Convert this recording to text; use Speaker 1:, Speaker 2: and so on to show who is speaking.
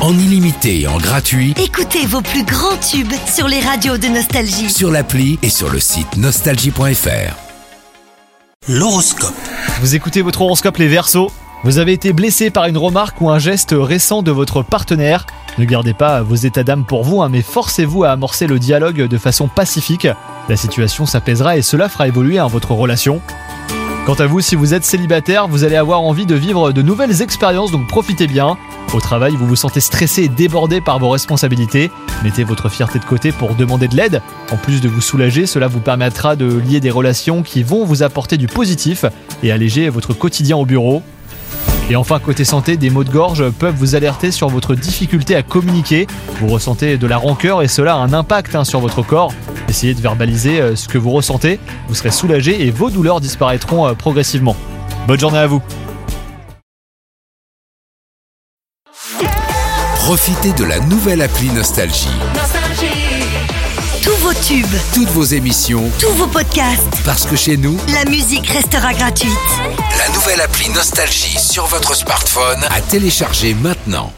Speaker 1: en illimité et en gratuit
Speaker 2: Écoutez vos plus grands tubes sur les radios de Nostalgie.
Speaker 1: sur l'appli et sur le site nostalgie.fr. L'horoscope.
Speaker 3: Vous écoutez votre horoscope les Verseaux. Vous avez été blessé par une remarque ou un geste récent de votre partenaire. Ne gardez pas vos états d'âme pour vous, hein, mais forcez-vous à amorcer le dialogue de façon pacifique. La situation s'apaisera et cela fera évoluer hein, votre relation. Quant à vous, si vous êtes célibataire, vous allez avoir envie de vivre de nouvelles expériences, donc profitez bien. Au travail, vous vous sentez stressé et débordé par vos responsabilités. Mettez votre fierté de côté pour demander de l'aide. En plus de vous soulager, cela vous permettra de lier des relations qui vont vous apporter du positif et alléger votre quotidien au bureau. Et enfin, côté santé, des maux de gorge peuvent vous alerter sur votre difficulté à communiquer. Vous ressentez de la rancœur et cela a un impact hein, sur votre corps. Essayez de verbaliser euh, ce que vous ressentez, vous serez soulagé et vos douleurs disparaîtront euh, progressivement. Bonne journée à vous
Speaker 1: Profitez de la nouvelle appli Nostalgie.
Speaker 2: Tous vos tubes,
Speaker 1: Toutes vos émissions,
Speaker 2: tous vos podcasts,
Speaker 1: parce que chez nous,
Speaker 2: la musique restera gratuite.
Speaker 1: la nouvelle appli Nostalgie sur votre smartphone à télécharger maintenant.